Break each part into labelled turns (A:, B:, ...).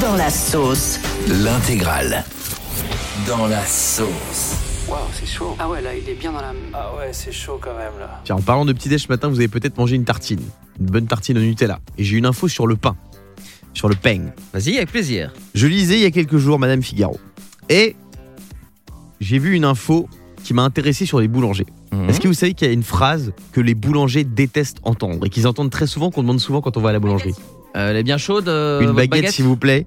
A: Dans la sauce.
B: L'intégrale. Dans la sauce.
C: Waouh, c'est chaud.
D: Ah ouais, là, il est bien dans la.
C: Ah ouais, c'est chaud quand même là.
E: Tiens, en parlant de petit déj ce matin, vous avez peut-être mangé une tartine, une bonne tartine au Nutella. Et j'ai une info sur le pain, sur le peigne.
F: Vas-y, avec plaisir.
E: Je lisais il y a quelques jours Madame Figaro. Et j'ai vu une info qui m'a intéressé sur les boulangers.
F: Mhm.
E: Est-ce que vous savez qu'il y a une phrase que les boulangers détestent entendre et qu'ils entendent très souvent, qu'on demande souvent quand on va à la boulangerie
F: Euh, elle est bien chaude. euh,
E: Une
F: votre
E: baguette, s'il vous plaît,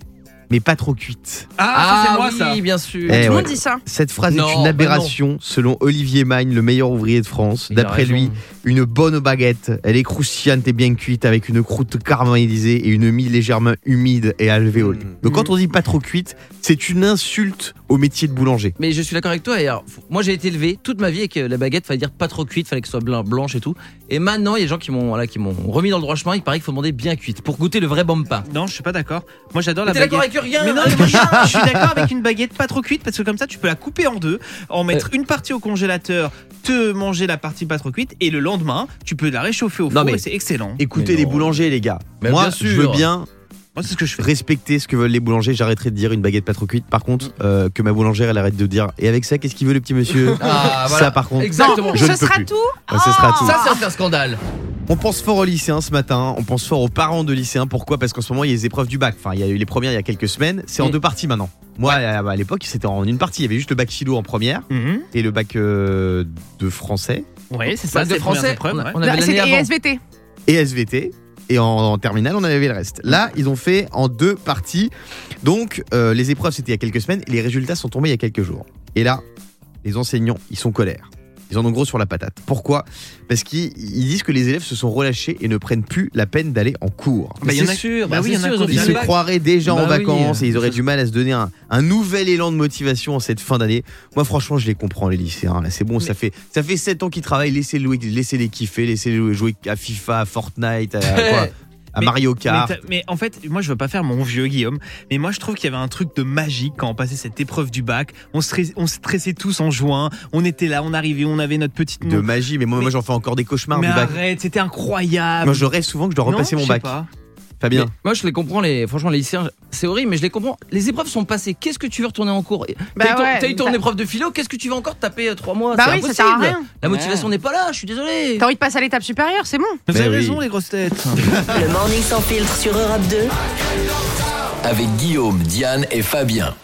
E: mais pas trop cuite.
F: Ah,
G: ça, c'est moi
F: oui,
G: ça.
F: bien sûr.
E: Eh
G: Tout le
E: ouais.
G: monde dit ça.
E: Cette phrase
F: Non,
E: est
F: bah
E: une
F: non.
E: aberration selon Olivier Magne, le meilleur ouvrier de France.
F: Il a
E: D'après
F: raison.
E: lui, une bonne baguette, elle est croustillante et bien cuite avec une croûte caramélisée et une mie légèrement humide et alvéolée.
F: Hmm.
E: Donc quand on dit pas trop cuite, c'est une insulte au métier de boulanger.
F: Mais je suis d'accord avec toi. Et alors, faut- moi, j'ai été élevé toute ma vie avec euh, la baguette. Fallait dire pas trop cuite, fallait que ce soit blan- blanche et tout. Et maintenant, il y a des gens qui m'ont voilà, qui m'ont remis dans le droit chemin. Il paraît qu'il faut demander bien cuite pour goûter le vrai bon pain.
G: Non, je suis pas d'accord. hein Moi, j'adore la
F: T'es d'accord
G: baguette.
F: avec rien
G: Mais non,
F: avec
G: mais
F: rien.
G: je suis d'accord avec une baguette pas trop cuite parce que comme ça, tu peux la couper en deux, en mettre une partie au congélateur, te manger la partie pas trop cuite et le lendemain, tu peux la réchauffer au
E: Non,
G: four
E: mais-
G: et c'est excellent.
E: Écoutez
F: Mais
E: les
F: non.
E: boulangers, les gars.
F: Mais
E: Moi,
F: bien
E: je
F: sûr.
E: veux bien
G: Moi, c'est ce que je fais.
E: respecter ce que veulent les boulangers. J'arrêterai de dire une baguette pas trop cuite. Par contre, euh, que ma boulangère, elle arrête de dire. Et avec ça, qu'est-ce qu'il veut le petit monsieur
F: Ah,
E: Ça,
F: voilà. Ah,
E: par contre.
F: Exactement.
E: je
G: ce
E: ne peux
G: sera
E: plus.
G: tout
E: Ouais, ce sera tout.
F: Ça, c'est un scandale.
E: On pense fort aux lycéens ce matin, on pense fort aux parents de lycéens. Pourquoi Parce qu'en ce moment, il y a les épreuves du bac. Enfin, il y a eu les premières il y a quelques semaines. C'est en
F: Mm.
E: deux parties maintenant. Moi, à à l'époque, c'était en une partie. Il y avait juste le bac philo en première
G: Mhm.
E: et le bac euh, de français
G: Oui, c'est ça,
F: Bac Bah, de
G: c'est les premières
F: français.
G: épreuves,
F: on,
G: ouais.
F: on avait
G: Là,
F: l'année
G: c'était
F: avant.
G: SVT.
E: et SVT. Et en, en terminale, on avait le reste. Là, ils ont fait en deux parties. Donc, euh, les épreuves, c'était il y a quelques semaines. Et les résultats sont tombés il y a quelques jours. Et là, les enseignants, ils sont colères. Ils en ont gros sur la patate. Pourquoi Parce qu'ils ils disent que les élèves se sont relâchés et ne prennent plus la peine d'aller en cours.
G: Bah, il y en
F: C'est
G: a-
F: sûr,
G: bah
F: bah,
G: oui, il
F: c'est
G: y en a
F: sûr, ils ont
G: qui
E: Ils
F: fait
E: se
F: le bac.
E: croiraient déjà en
F: Bah oui,
E: vacances
F: euh,
E: et ils
G: hein.
E: auraient
F: ça-
E: du mal à se donner un, un nouvel élan de motivation en cette fin d'année. Moi, franchement, je les comprends, les lycéens. Là, c'est bon, ça fait ça fait 7 ans qu'ils travaillent. Laissez-les jouer- laissez-les kiffer, laissez-les jouer à FIFA, à Fortnite, à, quoi, à
G: Mais-
E: Mario
G: Mais,
E: Kart.
G: t'as- mais en fait, moi je veux pas faire mon vieux Guillaume, mais moi je trouve qu'il y avait un truc de magique quand on passait cette épreuve du bac. On, stress- on stressait tous en juin, on était là, on arrivait, on avait notre petite
E: De magie, mais moi, moi,
G: Mais-
E: j'en fais encore des cauchemars
G: Mais
E: du bac.
G: arrête, c'était incroyable.
E: Moi, je rêve souvent que je dois
G: Non,
E: repasser
G: je
E: mon
G: sais
E: bac.
G: pas.
E: Fabien,
F: Mais Moi, je les comprends, les, franchement, les lycéens, c'est horrible, mais je les comprends. Les épreuves sont passées. Qu'est-ce que tu veux retourner en cours
G: Bah
F: T'as eu ton-
G: ouais,
F: T'as eu ton
G: bah-
F: épreuve de philo, qu'est-ce que tu vas encore taper euh, trois mois
G: Bah
F: C'est
G: oui,
F: impossible.
G: ça sert à rien.
F: La motivation n'est pas là, je suis désolé.
G: envie de passer à l'étape supérieure, c'est bon. Vous
E: Mais
G: avez
E: oui.
G: raison, les grosses têtes.
A: Le morning sans filtre sur Europe 2.
B: Avec Guillaume, Diane et Fabien.